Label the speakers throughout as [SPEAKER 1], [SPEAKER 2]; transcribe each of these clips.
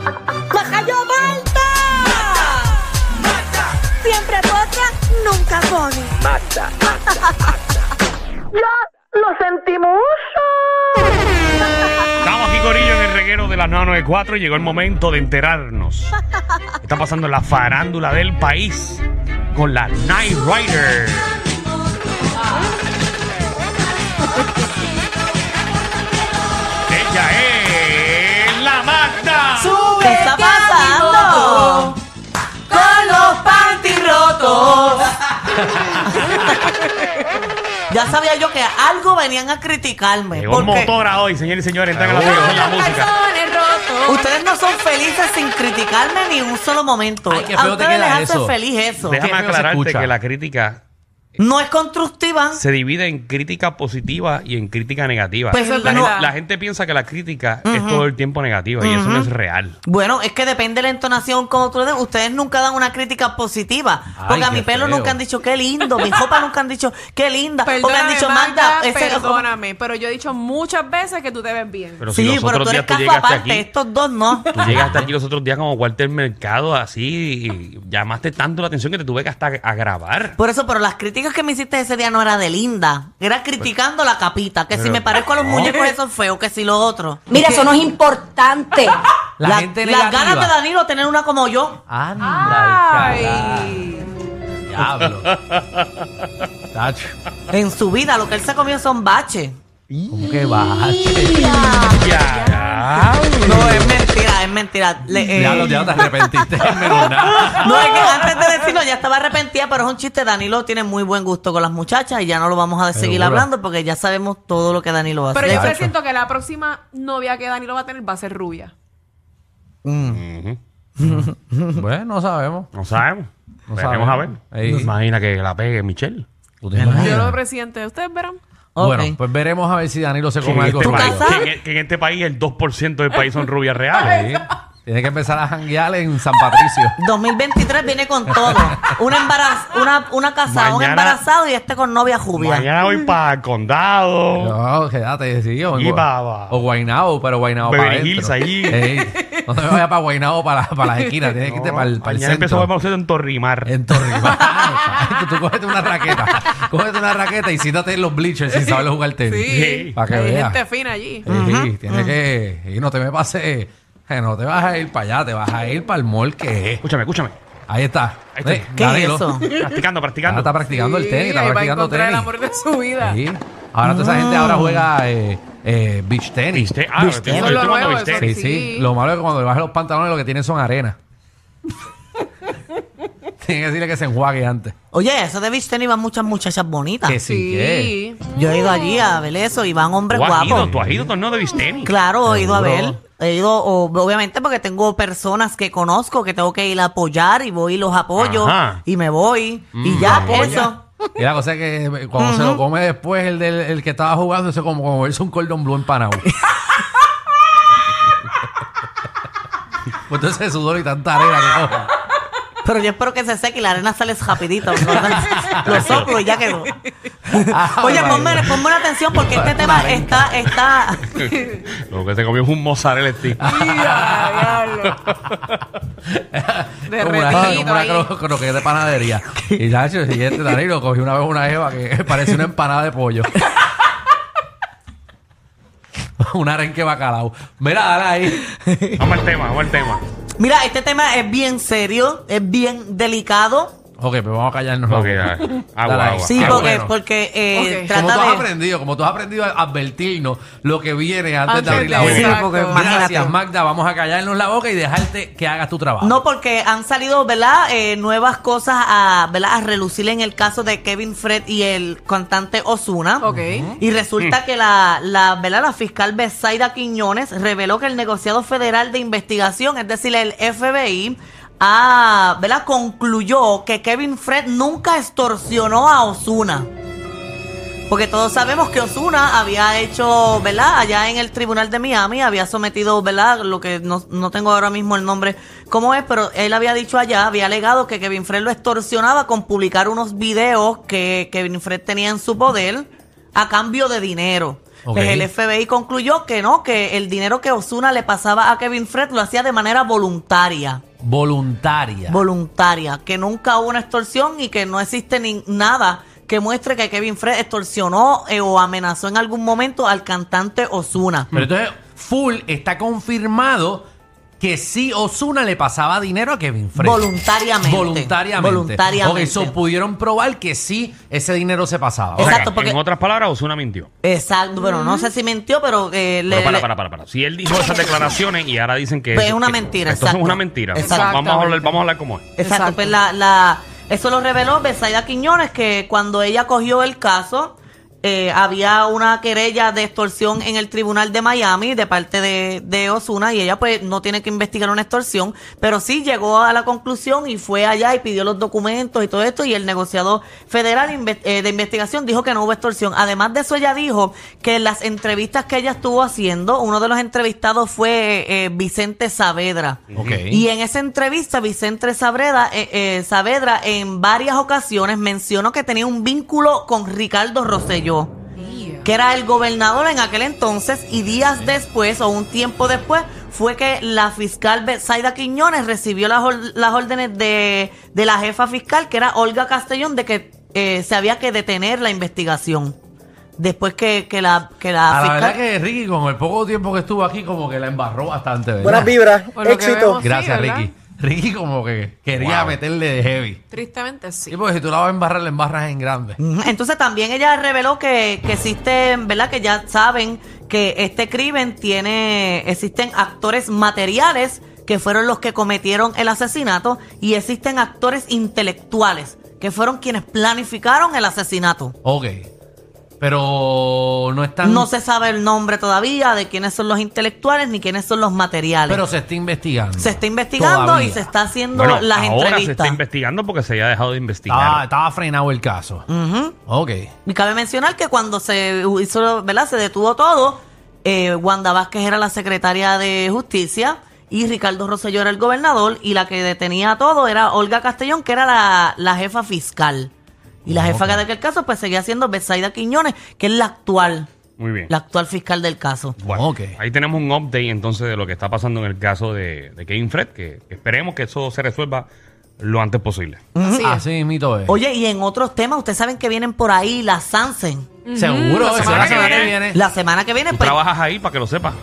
[SPEAKER 1] ¡Majayo Malta! Siempre potra, nunca pone. ¡Ya lo sentimos!
[SPEAKER 2] Estamos aquí, Corillo, en el reguero de las 994 y llegó el momento de enterarnos. ¿Qué está pasando en la farándula del país con la Night Rider. Ella es la Magda.
[SPEAKER 1] ¿Qué está pasando?
[SPEAKER 3] Con los panty rotos.
[SPEAKER 1] Ya sabía yo que algo venían a criticarme.
[SPEAKER 2] Llegó
[SPEAKER 1] Porque
[SPEAKER 2] motora hoy, señores y señores. Entran a la
[SPEAKER 3] Con
[SPEAKER 2] música. la
[SPEAKER 3] los
[SPEAKER 2] música.
[SPEAKER 3] calzones rotos.
[SPEAKER 1] ustedes no son felices sin criticarme ni un solo momento.
[SPEAKER 3] Ay, qué
[SPEAKER 1] a
[SPEAKER 3] feo te
[SPEAKER 1] ustedes
[SPEAKER 3] queda
[SPEAKER 1] les hace
[SPEAKER 3] eso.
[SPEAKER 1] feliz eso.
[SPEAKER 3] Deja-
[SPEAKER 2] Déjame
[SPEAKER 3] feo se
[SPEAKER 2] aclararte
[SPEAKER 3] escucha.
[SPEAKER 2] que la crítica
[SPEAKER 1] No es constructiva.
[SPEAKER 2] se divide en crítica positiva y en crítica negativa.
[SPEAKER 1] Pues
[SPEAKER 2] la,
[SPEAKER 1] eso es
[SPEAKER 2] gente,
[SPEAKER 1] verdad.
[SPEAKER 2] la gente piensa que la crítica es todo el tiempo negativa y eso no es real.
[SPEAKER 1] Bueno, es que depende de la entonación con otro de ustedes nunca dan una crítica positiva.
[SPEAKER 3] Ay,
[SPEAKER 1] Porque a
[SPEAKER 3] qué
[SPEAKER 1] mi pelo
[SPEAKER 3] feo.
[SPEAKER 1] nunca han dicho qué lindo, mi ropa nunca han dicho qué linda. O me han
[SPEAKER 4] Perdóname,
[SPEAKER 1] dicho
[SPEAKER 4] Magda,
[SPEAKER 1] Magda, ese-
[SPEAKER 4] perdóname, pero yo he dicho muchas veces que tú te ves bien.
[SPEAKER 2] Pero si
[SPEAKER 1] Sí,
[SPEAKER 2] los
[SPEAKER 1] pero
[SPEAKER 2] otros
[SPEAKER 1] tú eres
[SPEAKER 2] días tú
[SPEAKER 1] caso
[SPEAKER 2] llegaste
[SPEAKER 1] aparte,
[SPEAKER 2] aquí,
[SPEAKER 1] estos dos no.
[SPEAKER 2] tú llegaste aquí los otros días como cuartel mercado así y llamaste tanto la atención que te tuve que hasta a grabar.
[SPEAKER 1] Por eso, pero las críticas que me hiciste ese día no era de linda. Era criticando la capita, que si
[SPEAKER 2] Pues, Pero-
[SPEAKER 1] me parezco a los
[SPEAKER 2] no.
[SPEAKER 1] muñecos esos feos, que si lo otro.
[SPEAKER 5] Mira, eso no es importante.
[SPEAKER 3] La,
[SPEAKER 1] La-
[SPEAKER 3] gente
[SPEAKER 1] las
[SPEAKER 3] negativa.
[SPEAKER 1] ganas de Danilo tener una como yo.
[SPEAKER 3] Anda, el
[SPEAKER 4] Ay.
[SPEAKER 3] carajo. diablo. Tacho.
[SPEAKER 1] En su vida, lo que él se comió son baches.
[SPEAKER 3] ¿Cómo que bajaste?
[SPEAKER 2] Ya.
[SPEAKER 1] No, es mentira, es mentira. Le- eh,
[SPEAKER 3] Diablo, ya te arrepentiste. menos nada.
[SPEAKER 1] No, es que antes de decirlo ya estaba arrepentida, pero es un chiste. Danilo tiene muy buen gusto con las muchachas y ya no lo vamos a seguir
[SPEAKER 3] Seguro.
[SPEAKER 1] hablando porque ya sabemos todo lo que Danilo hace.
[SPEAKER 4] Pero yo
[SPEAKER 3] Chacho.
[SPEAKER 4] presiento que la próxima novia que Danilo va a tener va a ser rubia.
[SPEAKER 2] Ujú.
[SPEAKER 3] Bueno, no sabemos.
[SPEAKER 2] No sabemos.
[SPEAKER 3] No
[SPEAKER 2] Veremos a ver.
[SPEAKER 3] sabemos. Ahí.
[SPEAKER 2] Imagina que la pegue Michelle.
[SPEAKER 3] ¿Tú te imaginas?
[SPEAKER 4] Yo lo presiento. Ustedes verán.
[SPEAKER 1] Ok.
[SPEAKER 3] Bueno, pues veremos a ver si Danilo se
[SPEAKER 2] Que en,
[SPEAKER 3] come algo
[SPEAKER 2] este país,
[SPEAKER 3] rico.
[SPEAKER 1] casa?
[SPEAKER 2] que en- que en este país el 2% del país son rubias reales.
[SPEAKER 3] Sí. Tiene que empezar a janguear en San Patricio.
[SPEAKER 1] 2023 viene con todo. Una, embaraz una, una casada, un
[SPEAKER 2] Mañana-
[SPEAKER 1] embarazado y este con novia jubia.
[SPEAKER 2] Mañana voy para el condado.
[SPEAKER 3] No, quédate, sí. O, en
[SPEAKER 2] Y
[SPEAKER 3] Gua-
[SPEAKER 2] pa- pa-
[SPEAKER 3] o Guaynabo, pero Guaynabo
[SPEAKER 2] Beverly
[SPEAKER 3] para
[SPEAKER 2] Hills,
[SPEAKER 3] adentro.
[SPEAKER 2] allí.
[SPEAKER 3] Ey, no te vayas para Guaynabo, para, para las esquinas. Tienes que irte para el, para el
[SPEAKER 2] Mañana empezó
[SPEAKER 3] centro.
[SPEAKER 2] a vernos en Torrimar.
[SPEAKER 3] En Torrijos. Tú, tú cógete una raqueta. Cógete una raqueta y siéntate en los bleachers sin saber jugar tenis.
[SPEAKER 4] Sí.
[SPEAKER 3] Pa' que
[SPEAKER 4] Hay
[SPEAKER 3] vea.
[SPEAKER 4] gente fina allí.
[SPEAKER 3] Sí, tienes que... Y no te me pases... eh, No te vas a ir para allá, te vas a ir para el mall que es.
[SPEAKER 2] Eh. Escúchame, escúchame.
[SPEAKER 3] Ahí está.
[SPEAKER 2] Ahí está.
[SPEAKER 3] Eh,
[SPEAKER 1] ¿Qué
[SPEAKER 3] Danilo.
[SPEAKER 1] es eso?
[SPEAKER 2] Practicando,
[SPEAKER 3] Ahora
[SPEAKER 1] Ah,
[SPEAKER 2] practicando.
[SPEAKER 3] está practicando el
[SPEAKER 4] Sí,
[SPEAKER 3] tenis, está
[SPEAKER 4] ahí va a
[SPEAKER 3] practicando
[SPEAKER 4] encontrar
[SPEAKER 3] tenis.
[SPEAKER 4] el amor de su vida.
[SPEAKER 3] Sí. Ahora toda esa gente ahora juega eh, eh, beach tenis.
[SPEAKER 2] ¿Viste? Ah,
[SPEAKER 1] ¿Viste?
[SPEAKER 2] yo
[SPEAKER 4] Eso
[SPEAKER 2] estoy
[SPEAKER 4] es lo
[SPEAKER 2] tomando
[SPEAKER 4] nuevo,
[SPEAKER 2] bistec.
[SPEAKER 4] eso
[SPEAKER 3] Sí, sí,
[SPEAKER 4] Sí.
[SPEAKER 3] Lo malo es que cuando le bajan los pantalones lo que tienen son arena. Tienen que decirle que se enjuague antes.
[SPEAKER 1] Oye, eso de beach tenis van muchas muchachas bonitas.
[SPEAKER 3] Que sí, que.
[SPEAKER 4] Sí.
[SPEAKER 1] Yo he ido allí a ver eso y van hombres
[SPEAKER 2] Tú has ido,
[SPEAKER 1] guapos.
[SPEAKER 2] tú has ido torneo de bistenis.
[SPEAKER 1] Claro, he ido a ver.
[SPEAKER 3] Seguro.
[SPEAKER 1] He ido, o- obviamente, porque tengo personas que conozco que tengo que ir a apoyar y voy y los apoyo
[SPEAKER 2] Ajá.
[SPEAKER 1] y me voy y
[SPEAKER 2] Mm,
[SPEAKER 1] ya,
[SPEAKER 2] apoya.
[SPEAKER 1] eso.
[SPEAKER 3] Y la cosa es que eh, cuando se lo come después, el, del, el que estaba jugando, eso es como comerse un cordón blue empanado. Pues Entonces ese sudor y tanta arena que coge.
[SPEAKER 1] Pero yo espero que se seque y la arena sale rapidito. ¿no? Lo soplo y pues, ya quedó.
[SPEAKER 3] Ah,
[SPEAKER 1] Oye,
[SPEAKER 3] vale.
[SPEAKER 1] ponme, ponme una atención porque este tema está, está...
[SPEAKER 2] Lo que se comió es un mozzarella stick.
[SPEAKER 4] Ya, diablo.
[SPEAKER 3] como una,
[SPEAKER 4] Derretido
[SPEAKER 3] como una
[SPEAKER 4] ahí.
[SPEAKER 3] cro- croqueta de panadería. Y Nacho, el siguiente Danilo cogí una vez una jeva que parece una empanada de pollo. un arenque bacalao. Mira, dale ahí.
[SPEAKER 2] Vamos al tema, vamos al tema.
[SPEAKER 1] Mira, este tema es bien serio, es bien delicado.
[SPEAKER 3] Ok, pero vamos a callarnos.
[SPEAKER 2] Ok,
[SPEAKER 3] vamos.
[SPEAKER 2] dale. Agua,
[SPEAKER 3] Dale ahí.
[SPEAKER 2] agua.
[SPEAKER 1] Sí,
[SPEAKER 2] Ah,
[SPEAKER 1] porque,
[SPEAKER 3] bueno.
[SPEAKER 1] porque eh,
[SPEAKER 4] Ok.
[SPEAKER 3] Como tú
[SPEAKER 1] trata
[SPEAKER 3] has
[SPEAKER 1] de...
[SPEAKER 3] aprendido, como tú has aprendido a advertirnos lo que viene antes,
[SPEAKER 4] Antes
[SPEAKER 3] de abrir la
[SPEAKER 4] de-
[SPEAKER 3] boca.
[SPEAKER 4] Sí, porque
[SPEAKER 3] Gracias,
[SPEAKER 1] imagínate.
[SPEAKER 3] Magda. Vamos a callarnos la boca y dejarte que hagas tu trabajo.
[SPEAKER 1] No, porque han salido, ¿verdad? Eh, nuevas cosas a, ¿verdad? a relucir en el caso de Kevin Fred y el cantante Osuna.
[SPEAKER 4] Ok.
[SPEAKER 1] Y
[SPEAKER 3] Mm.
[SPEAKER 1] resulta que la, la, ¿verdad? la fiscal Besaida Quiñones reveló que el negociado federal de investigación, es decir, el FBI, ah, ¿verdad? concluyó que Kevin Fred nunca extorsionó a Osuna. Porque todos sabemos que Osuna había hecho, ¿verdad? Allá en el tribunal de Miami había sometido, ¿verdad? Lo que no, no tengo ahora mismo el nombre cómo es, pero él había dicho allá, había alegado que Kevin Fred lo extorsionaba con publicar unos videos que Kevin Fred tenía en su poder a cambio de dinero.
[SPEAKER 3] Ok.
[SPEAKER 1] Pues el FBI concluyó que no, que el dinero que Osuna le pasaba a Kevin Fred lo hacía de manera voluntaria.
[SPEAKER 3] Voluntaria.
[SPEAKER 1] Voluntaria. Que nunca hubo una extorsión y que no existe ni nada que muestre que Kevin Fred extorsionó eh, o amenazó en algún momento al cantante Osuna.
[SPEAKER 3] Pero entonces, full está confirmado que sí Osuna le pasaba dinero a Kevin Frey.
[SPEAKER 1] Voluntariamente.
[SPEAKER 3] Voluntariamente.
[SPEAKER 1] Voluntariamente.
[SPEAKER 3] Ok, eso pudieron probar que sí ese dinero se pasaba.
[SPEAKER 2] O sea,
[SPEAKER 1] Exacto,
[SPEAKER 2] que
[SPEAKER 1] porque-
[SPEAKER 2] En otras palabras, Osuna mintió.
[SPEAKER 1] Exacto, pero no sé si mintió, pero eh, le-
[SPEAKER 2] Pero para,
[SPEAKER 1] le-
[SPEAKER 2] para, para, para. Si él dijo esas declaraciones y ahora dicen que...
[SPEAKER 1] Pues es una
[SPEAKER 2] que-
[SPEAKER 1] mentira,
[SPEAKER 2] Entonces
[SPEAKER 1] exacto.
[SPEAKER 2] es una mentira.
[SPEAKER 1] Exactamente.
[SPEAKER 2] Vamos a hablar, vamos a hablar como es.
[SPEAKER 1] Exacto,
[SPEAKER 4] Exacto.
[SPEAKER 1] pues la, la- eso lo reveló Besaida Quiñones, que cuando ella cogió el caso, eh, había una querella de extorsión en el tribunal de Miami de parte de, de Osuna y ella pues no tiene que investigar una extorsión, pero sí llegó a la conclusión y fue allá y pidió los documentos y todo esto y el negociador federal inve- eh, de investigación dijo que no hubo extorsión. Además de eso ella dijo que en las entrevistas que ella estuvo haciendo, uno de los entrevistados fue eh, Vicente Saavedra.
[SPEAKER 3] Ok.
[SPEAKER 1] Y en esa entrevista, Vicente Saavedra, eh, eh, Saavedra en varias ocasiones mencionó que tenía un vínculo con Ricardo Rosselló, que era el gobernador en aquel entonces, y días después o un tiempo después fue que la fiscal Saida Quiñones recibió las, or- las órdenes de, de la jefa fiscal, que era Olga Castellón, de que eh, se había que detener la investigación. Después que, que la, que la
[SPEAKER 3] A Ah, la
[SPEAKER 1] fiscal...
[SPEAKER 3] verdad que Ricky, con el poco tiempo que estuvo aquí, como que la embarró bastante. ¿verdad?
[SPEAKER 6] Buenas vibras,
[SPEAKER 4] Por lo que
[SPEAKER 6] éxito.
[SPEAKER 4] vemos.
[SPEAKER 3] Gracias,
[SPEAKER 4] Sí, ¿verdad?
[SPEAKER 3] Ricky. Ricky como que quería
[SPEAKER 2] Wow.
[SPEAKER 3] meterle de heavy.
[SPEAKER 4] Tristemente sí.
[SPEAKER 3] Sí, porque si tú la vas a embarrar, la embarras en grande.
[SPEAKER 1] Ujú. Entonces también ella reveló que, que existen, ¿verdad? Que ya saben que este crimen tiene, existen actores materiales que fueron los que cometieron el asesinato y existen actores intelectuales que fueron quienes planificaron el asesinato.
[SPEAKER 3] Ok. Pero no es tan...
[SPEAKER 1] No se sabe el nombre todavía de quiénes son los intelectuales ni quiénes son los materiales.
[SPEAKER 3] Pero se está investigando.
[SPEAKER 1] se está investigando
[SPEAKER 3] Todavía.
[SPEAKER 1] y se está haciendo
[SPEAKER 2] Bueno,
[SPEAKER 1] las
[SPEAKER 2] ahora se está
[SPEAKER 1] entrevistas. Ah.
[SPEAKER 2] investigando porque se había dejado de
[SPEAKER 3] Estaba,
[SPEAKER 2] investigar.
[SPEAKER 3] estaba frenado el caso.
[SPEAKER 1] Ujú.
[SPEAKER 3] Ok.
[SPEAKER 1] Y cabe mencionar que cuando se hizo, ¿verdad? Se detuvo todo. eh, Wanda Vázquez era la secretaria de Justicia y Ricardo Rosselló era el gobernador y la que detenía todo era Olga Castellón, que era la, la jefa fiscal. Y la
[SPEAKER 3] Ah,
[SPEAKER 1] jefa
[SPEAKER 3] ok.
[SPEAKER 1] de aquel caso pues seguía siendo Betsaida Quiñones, que es la actual,
[SPEAKER 2] Muy bien.
[SPEAKER 1] la actual fiscal del caso.
[SPEAKER 2] Bueno,
[SPEAKER 3] Ok.
[SPEAKER 2] ahí tenemos un update entonces de lo que está pasando en el caso de, de Kevin Fred, que esperemos que eso se resuelva lo antes posible.
[SPEAKER 4] Así es.
[SPEAKER 3] Así mito es.
[SPEAKER 1] Oye, y en otros temas, ustedes saben que vienen por ahí las Sansen.
[SPEAKER 3] Seguro,
[SPEAKER 4] la
[SPEAKER 3] eso,
[SPEAKER 4] semana
[SPEAKER 3] la semana
[SPEAKER 4] que
[SPEAKER 3] que
[SPEAKER 4] viene.
[SPEAKER 3] viene.
[SPEAKER 1] La semana que viene,
[SPEAKER 2] Tú
[SPEAKER 1] pues
[SPEAKER 2] trabajas ahí para que lo sepas.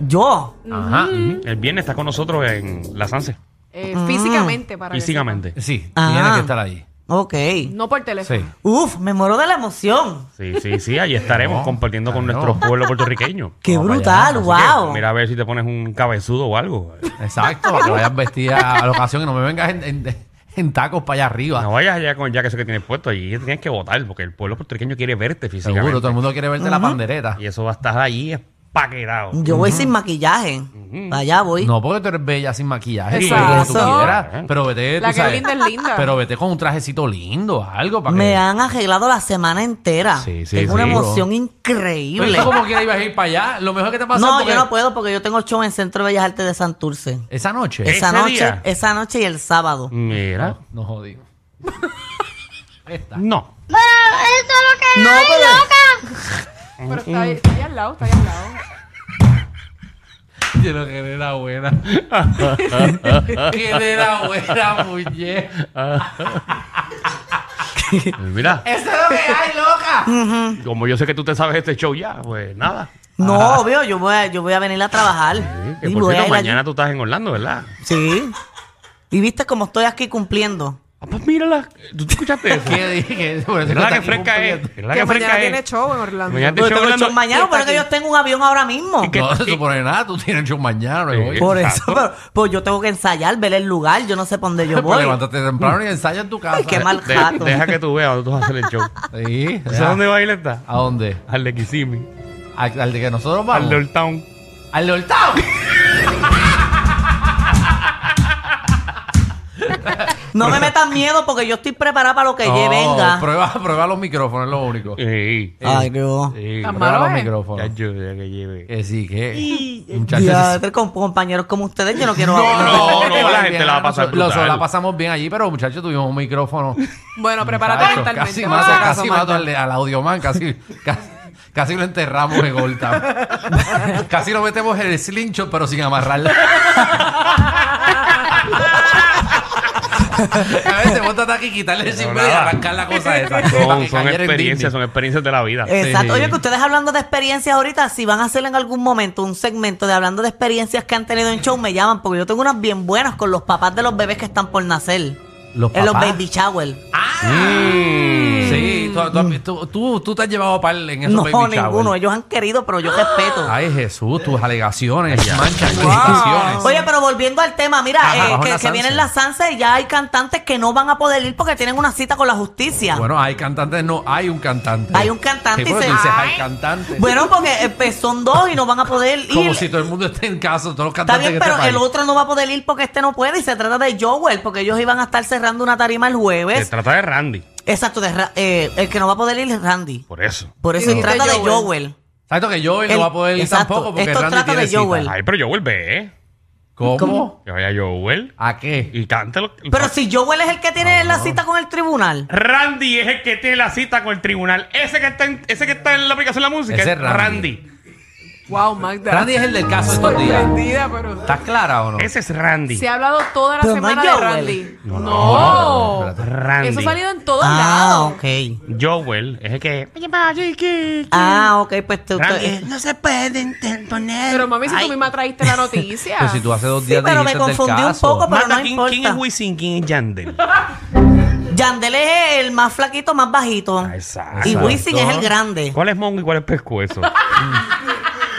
[SPEAKER 1] yo,
[SPEAKER 3] Ajá.
[SPEAKER 2] El viernes está con nosotros en la Sanse,
[SPEAKER 4] Eh, Físicamente para que
[SPEAKER 2] físicamente.
[SPEAKER 3] Sí,
[SPEAKER 1] Ajá.
[SPEAKER 3] tiene que estar ahí.
[SPEAKER 1] ok.
[SPEAKER 4] sepa. No por teléfono.
[SPEAKER 3] Sí.
[SPEAKER 1] Uf, me muero de la emoción.
[SPEAKER 2] Sí, sí, sí, ahí estaremos
[SPEAKER 3] No,
[SPEAKER 2] compartiendo con
[SPEAKER 3] claro.
[SPEAKER 2] nuestro pueblo puertorriqueño.
[SPEAKER 1] Qué
[SPEAKER 3] Vamos para allá,
[SPEAKER 1] brutal,
[SPEAKER 3] así que,
[SPEAKER 1] wow.
[SPEAKER 2] Mira a ver si te pones un cabezudo o algo.
[SPEAKER 3] Exacto, para que vayas vestida a la ocasión y no me vengas en, en- en tacos para allá arriba.
[SPEAKER 2] No vayas allá con el jaque que tienes puesto. Allí tienes que votar porque el pueblo puertorriqueño quiere verte físicamente.
[SPEAKER 3] Seguro, todo el mundo quiere verte la pandereta.
[SPEAKER 2] Y eso va a estar allí espaquetado.
[SPEAKER 1] Yo voy sin maquillaje. Allá voy.
[SPEAKER 3] No, porque tú eres bella sin maquillaje,
[SPEAKER 4] Exacto.
[SPEAKER 3] pero como tú quieras. Pero vete,
[SPEAKER 4] La
[SPEAKER 3] tú
[SPEAKER 4] que
[SPEAKER 3] sabes,
[SPEAKER 4] brinda es linda.
[SPEAKER 3] Pero vete con un trajecito lindo, algo para
[SPEAKER 1] Me
[SPEAKER 3] que...
[SPEAKER 1] han arreglado la semana entera.
[SPEAKER 3] Sí, sí,
[SPEAKER 1] Tengo una
[SPEAKER 3] sí.
[SPEAKER 1] emoción
[SPEAKER 3] Pero
[SPEAKER 1] increíble.
[SPEAKER 3] tú como quieras ibas a ir para allá, lo mejor que te pasa
[SPEAKER 1] No,
[SPEAKER 3] porque-
[SPEAKER 1] yo no puedo porque yo tengo show en Centro de Bellas Artes de Santurce.
[SPEAKER 3] Esa noche.
[SPEAKER 2] ¿Ese
[SPEAKER 1] Esa noche,
[SPEAKER 2] día? Mm.
[SPEAKER 1] esa noche y el sábado.
[SPEAKER 2] Mira.
[SPEAKER 3] No, no jodí. Esta.
[SPEAKER 2] No.
[SPEAKER 1] No, pero
[SPEAKER 4] Pero está ahí, está ahí al lado, está ahí al lado.
[SPEAKER 3] Yo no que era buena. que era buena, muñe.
[SPEAKER 2] Mira,
[SPEAKER 3] Eso es lo que hay,
[SPEAKER 1] Mm.
[SPEAKER 3] loca.
[SPEAKER 2] como yo sé que tú te sabes este show ya, pues nada.
[SPEAKER 1] no, obvio, yo voy a, yo voy a venir a trabajar.
[SPEAKER 2] Que
[SPEAKER 1] Y
[SPEAKER 2] por
[SPEAKER 1] voy a
[SPEAKER 2] cierto,
[SPEAKER 1] ir allí.
[SPEAKER 2] mañana tú estás en Orlando, ¿verdad?
[SPEAKER 1] Sí. Y viste cómo estoy aquí cumpliendo.
[SPEAKER 2] Ah, pues mírala. ¿Tú te escuchaste eso?
[SPEAKER 3] ¿Qué dije? Por eso
[SPEAKER 2] Mira la
[SPEAKER 3] está
[SPEAKER 2] que
[SPEAKER 3] aquí
[SPEAKER 2] fresca eh. es.
[SPEAKER 3] cumpliendo.
[SPEAKER 2] Mira la
[SPEAKER 4] Que
[SPEAKER 2] que
[SPEAKER 4] mañana
[SPEAKER 2] fresca
[SPEAKER 4] tiene
[SPEAKER 2] es.
[SPEAKER 4] show en Orlando.
[SPEAKER 2] Mañana te
[SPEAKER 1] Yo tengo
[SPEAKER 2] Orlando.
[SPEAKER 1] show mañana, pero es que yo tengo un avión ahora mismo.
[SPEAKER 2] ¿Y qué?
[SPEAKER 3] No, se supone nada. Tú tienes show mañana.
[SPEAKER 2] Sí. Por-
[SPEAKER 3] hoy.
[SPEAKER 1] Por eso,
[SPEAKER 2] Exacto.
[SPEAKER 1] pero, pues yo tengo que ensayar, ver el lugar. Yo no sé para dónde yo
[SPEAKER 3] Pues
[SPEAKER 1] voy.
[SPEAKER 3] levántate temprano y ensaya en tu casa.
[SPEAKER 1] qué mal
[SPEAKER 2] De-
[SPEAKER 1] jato.
[SPEAKER 2] deja que tú veas dónde tú vas a hacer el show.
[SPEAKER 3] Sí.
[SPEAKER 2] ¿Sabes dónde va a ir esta?
[SPEAKER 3] ¿A dónde?
[SPEAKER 2] Al de Kissimmee.
[SPEAKER 3] ¿Al, al de que nosotros
[SPEAKER 2] Al
[SPEAKER 3] vamos?
[SPEAKER 2] de Old Town.
[SPEAKER 3] ¡Al de Hortao!
[SPEAKER 1] No me metas miedo porque yo estoy preparada para lo que
[SPEAKER 3] No, eh,
[SPEAKER 1] lleve venga.
[SPEAKER 3] Oh, Prueba, prueba los micrófonos, es lo único.
[SPEAKER 2] Sí.
[SPEAKER 1] Ay, Dios.
[SPEAKER 2] Sí. Eh,
[SPEAKER 4] Tan
[SPEAKER 3] Prueba
[SPEAKER 4] malo
[SPEAKER 3] los
[SPEAKER 4] es.
[SPEAKER 2] Ya
[SPEAKER 3] micrófonos.
[SPEAKER 2] yo, ya que lleve.
[SPEAKER 3] Que sí, que...
[SPEAKER 1] eh,
[SPEAKER 3] Muchachos...
[SPEAKER 1] Diadre, con compañeros como ustedes, yo no quiero
[SPEAKER 3] No, no,
[SPEAKER 2] no, la gente la va a pasar
[SPEAKER 3] Los-
[SPEAKER 2] brutal.
[SPEAKER 3] La pasamos bien allí, pero muchachos tuvimos un micrófono.
[SPEAKER 4] Bueno, prepárate
[SPEAKER 3] Chacho,
[SPEAKER 4] mentalmente.
[SPEAKER 3] Casi
[SPEAKER 4] por
[SPEAKER 3] mato,
[SPEAKER 4] si acaso,
[SPEAKER 3] casi mato
[SPEAKER 4] Magda.
[SPEAKER 3] al, al audioman, casi, ca- casi, Casi lo enterramos en Goldtown. Casi lo metemos en el slingshot, pero sin amarrarla. A veces montate aquí, quitarle el
[SPEAKER 2] Pero
[SPEAKER 3] zipper y
[SPEAKER 2] nada.
[SPEAKER 3] arrancar la cosa esa. Para
[SPEAKER 2] Son,
[SPEAKER 3] que
[SPEAKER 2] son
[SPEAKER 3] cayera en Disney.
[SPEAKER 2] experiencias, son experiencias de la vida.
[SPEAKER 4] Eh,
[SPEAKER 3] Sí.
[SPEAKER 1] Exacto. Oye, que ustedes hablando de experiencias ahorita, si van a hacer en algún momento un segmento de hablando de experiencias que han tenido en show, me llaman porque yo tengo unas bien buenas con los papás de los bebés que están por nacer.
[SPEAKER 3] ¿Los
[SPEAKER 1] en los
[SPEAKER 3] papás? Ah,
[SPEAKER 1] baby shower.
[SPEAKER 3] Sí, tú, tú, has- tú- tú- tú te has llevado par en esos
[SPEAKER 1] Mm. No,
[SPEAKER 3] baby showers.
[SPEAKER 1] ninguno. Ellos han querido, pero yo respeto.
[SPEAKER 3] Ay, Jesús, tus alegaciones, manchas,
[SPEAKER 1] Wow.
[SPEAKER 3] alegaciones.
[SPEAKER 1] Oye, pero volviendo al tema, mira,
[SPEAKER 3] Ajá,
[SPEAKER 1] eh,
[SPEAKER 3] Ah, bajo
[SPEAKER 1] que,
[SPEAKER 3] la
[SPEAKER 1] que
[SPEAKER 3] salsa.
[SPEAKER 1] vienen las Sansa y ya hay cantantes que no van a poder ir porque tienen una cita con la justicia. Bueno,
[SPEAKER 3] Bueno, hay cantantes, no, hay un cantante.
[SPEAKER 1] Hay un cantante
[SPEAKER 3] Sí,
[SPEAKER 1] y
[SPEAKER 3] pero
[SPEAKER 1] se-
[SPEAKER 3] tú dices,
[SPEAKER 1] Ay.
[SPEAKER 3] hay cantante.
[SPEAKER 1] porque eh, pues, son dos y no van a poder ir.
[SPEAKER 3] Como si todo el mundo esté en casa, todos los
[SPEAKER 1] Está
[SPEAKER 3] cantantes
[SPEAKER 1] bien,
[SPEAKER 3] en este
[SPEAKER 1] pero el
[SPEAKER 3] país.
[SPEAKER 1] otro no va a poder ir porque este no puede. Y se trata de Joel, porque ellos iban a estar cerrando una tarima el
[SPEAKER 2] Se
[SPEAKER 1] jueves.
[SPEAKER 2] trata de Randy,
[SPEAKER 1] Exacto, de Ra- eh, el que no va a poder ir es Randy.
[SPEAKER 2] por eso.
[SPEAKER 1] Por eso
[SPEAKER 4] Sí.
[SPEAKER 1] se trata de
[SPEAKER 4] Joel.
[SPEAKER 1] Joel.
[SPEAKER 3] Exacto que Joel
[SPEAKER 1] El-
[SPEAKER 3] no va a poder ir
[SPEAKER 1] exacto,
[SPEAKER 3] tampoco porque
[SPEAKER 1] esto
[SPEAKER 3] Randy
[SPEAKER 1] trata
[SPEAKER 3] tiene
[SPEAKER 1] de
[SPEAKER 3] cita.
[SPEAKER 1] Joel.
[SPEAKER 2] Ay, pero Joel ve, eh.
[SPEAKER 3] ¿Cómo?
[SPEAKER 1] ¿Cómo?
[SPEAKER 2] que vaya Joel
[SPEAKER 3] ¿A qué?
[SPEAKER 2] y Pues, cántalo.
[SPEAKER 1] Pero si Joel es el que tiene la cita con el tribunal.
[SPEAKER 2] Randy es el que tiene la cita con el tribunal. Ese que está en, ese que está en la aplicación de la música
[SPEAKER 3] Ese
[SPEAKER 2] es
[SPEAKER 3] es Randy.
[SPEAKER 2] Randy.
[SPEAKER 4] Wow, Magda.
[SPEAKER 3] Randy es el del caso estos días.
[SPEAKER 4] sorprendida, pero.
[SPEAKER 3] ¿Estás clara o no?
[SPEAKER 2] Ese es Randy.
[SPEAKER 4] Se ha hablado toda la
[SPEAKER 1] Pero no
[SPEAKER 4] semana
[SPEAKER 1] es
[SPEAKER 4] de
[SPEAKER 1] Joel.
[SPEAKER 4] Randy. No.
[SPEAKER 3] espérate.
[SPEAKER 2] Randy.
[SPEAKER 4] Eso ha salido en todos
[SPEAKER 1] Ah,
[SPEAKER 4] lados.
[SPEAKER 1] ok.
[SPEAKER 2] Joel es el que.
[SPEAKER 1] Ah, ok, pues tú. tú-
[SPEAKER 2] Randy.
[SPEAKER 1] eh,
[SPEAKER 2] No se puede interponer.
[SPEAKER 4] Pero mami, si
[SPEAKER 2] Ay.
[SPEAKER 4] tú misma traíste la noticia.
[SPEAKER 3] Pero Pues si tú hace dos
[SPEAKER 1] Sí,
[SPEAKER 3] días
[SPEAKER 1] pero me
[SPEAKER 3] dijiste del
[SPEAKER 1] confundí un
[SPEAKER 3] caso.
[SPEAKER 1] poco, pero
[SPEAKER 2] Marta,
[SPEAKER 1] no
[SPEAKER 2] ¿quién,
[SPEAKER 1] importa. Ah,
[SPEAKER 2] ¿quién es Wisin? ¿Quién es Yandel?
[SPEAKER 1] Yandel es el más flaquito, más bajito.
[SPEAKER 2] Ah, exacto.
[SPEAKER 1] Y Wisin es el grande.
[SPEAKER 2] ¿Cuál es Mongo y cuál es Pescuezo?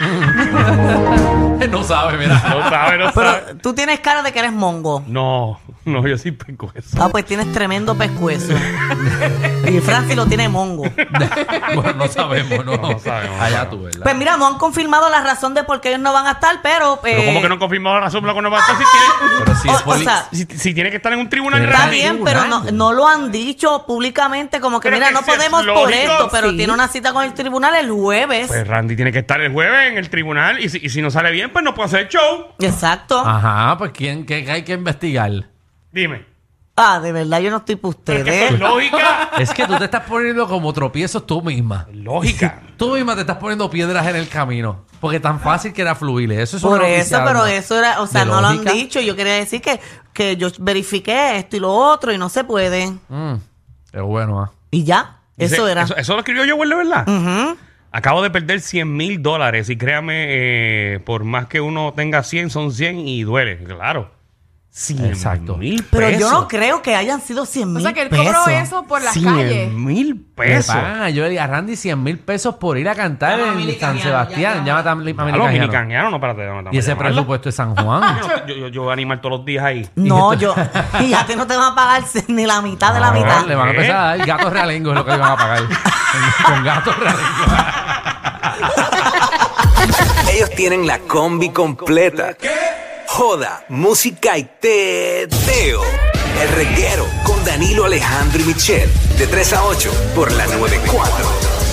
[SPEAKER 2] No
[SPEAKER 3] no sabe, mira.
[SPEAKER 2] sabe, no sabe.
[SPEAKER 1] Pero tú tienes cara de que eres mongo.
[SPEAKER 2] No, no, yo soy Pescuezo.
[SPEAKER 1] Ah, pues tienes tremendo pescuezo. y Francis lo tiene mongo.
[SPEAKER 3] bueno, no sabemos, no.
[SPEAKER 2] No sabemos, no
[SPEAKER 3] Allá
[SPEAKER 2] sabemos.
[SPEAKER 3] tú, ¿verdad?
[SPEAKER 1] Pues mira, no han confirmado la razón de por qué ellos no van a estar, pero...
[SPEAKER 2] Pero
[SPEAKER 1] eh,
[SPEAKER 2] ¿cómo que no confirmado la razón por la que no va a estar si tiene,
[SPEAKER 3] Pero si
[SPEAKER 1] o-
[SPEAKER 3] es
[SPEAKER 1] o
[SPEAKER 3] poli-
[SPEAKER 1] sea,
[SPEAKER 2] si, si tiene que estar en un tribunal
[SPEAKER 3] Está
[SPEAKER 1] Está
[SPEAKER 2] Randy?
[SPEAKER 1] bien, pero no, no lo han dicho públicamente, como que
[SPEAKER 2] Pero
[SPEAKER 1] mira,
[SPEAKER 2] que
[SPEAKER 1] no
[SPEAKER 2] si es
[SPEAKER 1] podemos por
[SPEAKER 2] lógico,
[SPEAKER 1] esto, pero
[SPEAKER 2] sí.
[SPEAKER 1] tiene una cita con el tribunal el jueves.
[SPEAKER 2] Pues Randy tiene que estar el jueves en el tribunal y si, y si no sale bien, pues no puede hacer show.
[SPEAKER 1] Exacto. Ah.
[SPEAKER 3] Ajá, pues ¿quién, qué, qué hay que investigar?
[SPEAKER 2] Dime.
[SPEAKER 1] Ah, de verdad, yo no estoy para
[SPEAKER 2] Pero es que eso
[SPEAKER 1] ustedes.
[SPEAKER 2] es lógica.
[SPEAKER 3] Es que tú te estás poniendo como tropiezos tú misma.
[SPEAKER 2] Lógica.
[SPEAKER 3] Tú misma te estás poniendo piedras en el camino. Porque tan fácil que era fluir. Eso es
[SPEAKER 1] Por
[SPEAKER 3] una
[SPEAKER 1] eso,
[SPEAKER 3] noticia,
[SPEAKER 1] pero
[SPEAKER 3] ¿no?
[SPEAKER 1] eso era, o sea,
[SPEAKER 3] De
[SPEAKER 1] no lo han
[SPEAKER 3] lógica.
[SPEAKER 1] dicho. Yo quería decir que, que yo verifiqué esto y lo otro y no se puede.
[SPEAKER 3] Mm, pero bueno, ah.
[SPEAKER 1] Y ya,
[SPEAKER 2] Dice,
[SPEAKER 1] eso era.
[SPEAKER 2] Eso, eso lo escribió yo, güey, de verdad. Acabo de perder 100 mil dólares y créame, eh, por más que uno tenga 100, son 100 y duele, claro. 100
[SPEAKER 3] Exacto.
[SPEAKER 2] mil pesos.
[SPEAKER 1] Pero yo no creo que hayan sido 100
[SPEAKER 4] O
[SPEAKER 1] mil
[SPEAKER 4] sea que él
[SPEAKER 1] pesos.
[SPEAKER 4] cobró eso por las
[SPEAKER 2] 100
[SPEAKER 4] calles.
[SPEAKER 2] mil
[SPEAKER 3] Ah, Le
[SPEAKER 2] pesos.
[SPEAKER 3] pagan a Joel y a Randy 100 mil pesos por ir a cantar
[SPEAKER 1] Llama a Mili
[SPEAKER 3] en San
[SPEAKER 1] Cañano,
[SPEAKER 3] Sebastián.
[SPEAKER 1] ya,
[SPEAKER 3] Llama a Mili- a Mili
[SPEAKER 2] A los
[SPEAKER 3] Cañano.
[SPEAKER 2] milicangianos, no, espérate. no, no,
[SPEAKER 3] Y ese
[SPEAKER 2] llamarlo.
[SPEAKER 3] presupuesto de San Juan.
[SPEAKER 2] Yo, yo- yo voy a animar todos los días ahí.
[SPEAKER 1] No, yo. Y a ti no te van a pagar ni la mitad de la
[SPEAKER 2] Ah,
[SPEAKER 1] mitad.
[SPEAKER 3] Le van a
[SPEAKER 2] ¿Qué?
[SPEAKER 3] empezar a dar gatos realengos, es lo que le van a pagar. Con gatos realengos.
[SPEAKER 6] Ellos tienen la combi completa. Joda, música y teo. El reguero con Danilo Alejandro y Michel. De 3 a 8 por la 94.